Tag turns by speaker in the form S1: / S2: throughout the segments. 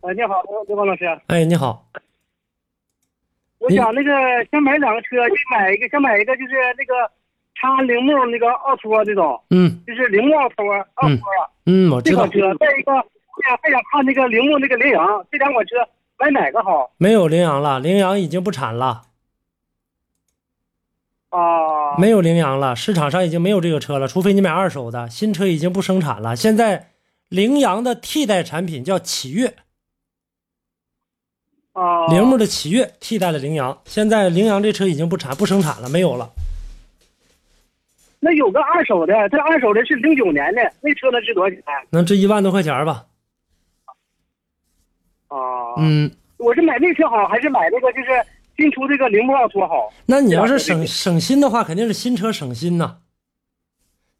S1: 呃，你好，刘刘光老师，
S2: 哎，你好，
S1: 我想那个想买两个车，就买一个，想买一个就是那个叉铃木那个奥拓那种，
S2: 嗯
S1: 就是铃木奥拓，啊奥拓
S2: 嗯，我
S1: 这
S2: 知道
S1: 款，车。再一个，哎还想还想看那个铃木那个羚羊，这两款车买哪个好
S2: 没有羚羊了，羚羊已经不产了，
S1: 啊？
S2: 没有羚羊了，市场上已经没有这个车了，除非你买二手的，新车已经不生产了。现在羚羊的替代产品叫启悦，
S1: 啊，
S2: 铃木的启悦替代了羚羊，现在羚羊这车已经不产不生产了，没有了。
S1: 那有个二手的，这二手的是零九年的，那车能值多少钱
S2: 能值一万多块钱吧？
S1: 啊？，
S2: 嗯，
S1: 我是买那车好，还是买那个就是新出这个铃木奥拓好？
S2: 那你要是
S1: 对吧
S2: 省省心的话，肯定是新车省心呐、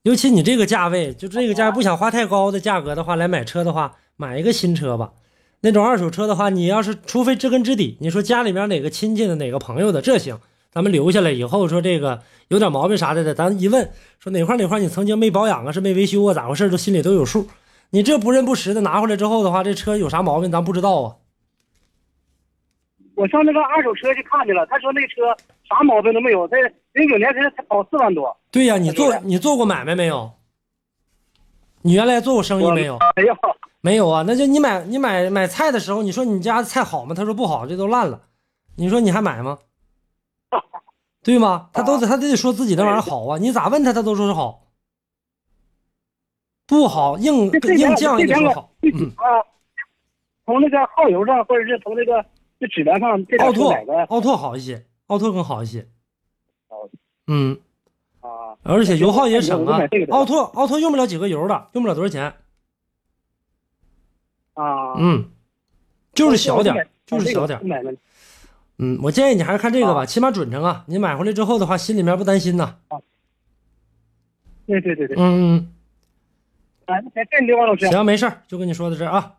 S2: 尤其你这个价位，就这个价不想花太高的价格的话，来买车的话，买一个新车吧。那种二手车的话，你要是除非知根知底，你说家里面哪个亲戚的、哪个朋友的，这行，咱们留下来以后说这个有点毛病啥的的，咱一问说哪块哪块你曾经没保养啊，是没维修啊，咋回事儿都心里都有数。你这不认不识的拿回来之后的话，这车有啥毛病咱不知道啊。
S1: 我上那个二手车去看去了，他说那车啥毛病都没有，这零九年才才跑四万多。
S2: 对呀、你
S1: 对
S2: 做
S1: 的
S2: 你做过买卖没有？你原来做过生意
S1: 我
S2: 没有？？
S1: 没有。
S2: 没有啊，那就你买你买买菜的时候，你说你家菜好吗？他说不好，这都烂了。你说你还买吗？对吗？他
S1: 啊
S2: 都他都得说自己那玩意儿好啊，你咋问他，他都说是好，不好硬
S1: 这这两
S2: 硬
S1: 这
S2: 犟也得
S1: 两
S2: 说
S1: 个
S2: 好。嗯
S1: 啊，从那个耗油上，或者是从那个这质量上，这
S2: 奥
S1: 两车
S2: 拓
S1: 哪个
S2: 奥拓好一些，奥拓更好一些
S1: 好。
S2: 嗯，
S1: 啊？
S2: 而且油耗也省
S1: 我就
S2: 啊
S1: 买这个。吧
S2: 奥拓奥拓用不了几个油的，用不了多少钱。
S1: 啊，
S2: 嗯，就是小点儿，
S1: 我
S2: 就
S1: 买啊
S2: 是小点儿。
S1: 买的
S2: 嗯，我建议你还是看这个吧，
S1: 啊
S2: 起码准成啊。你买回来之后的话，心里面不担心呐。嗯
S1: 对对对对，
S2: 嗯嗯
S1: 啊，再见，刘王老师啊
S2: 嗯，。行，没事儿，就跟你说到这儿啊。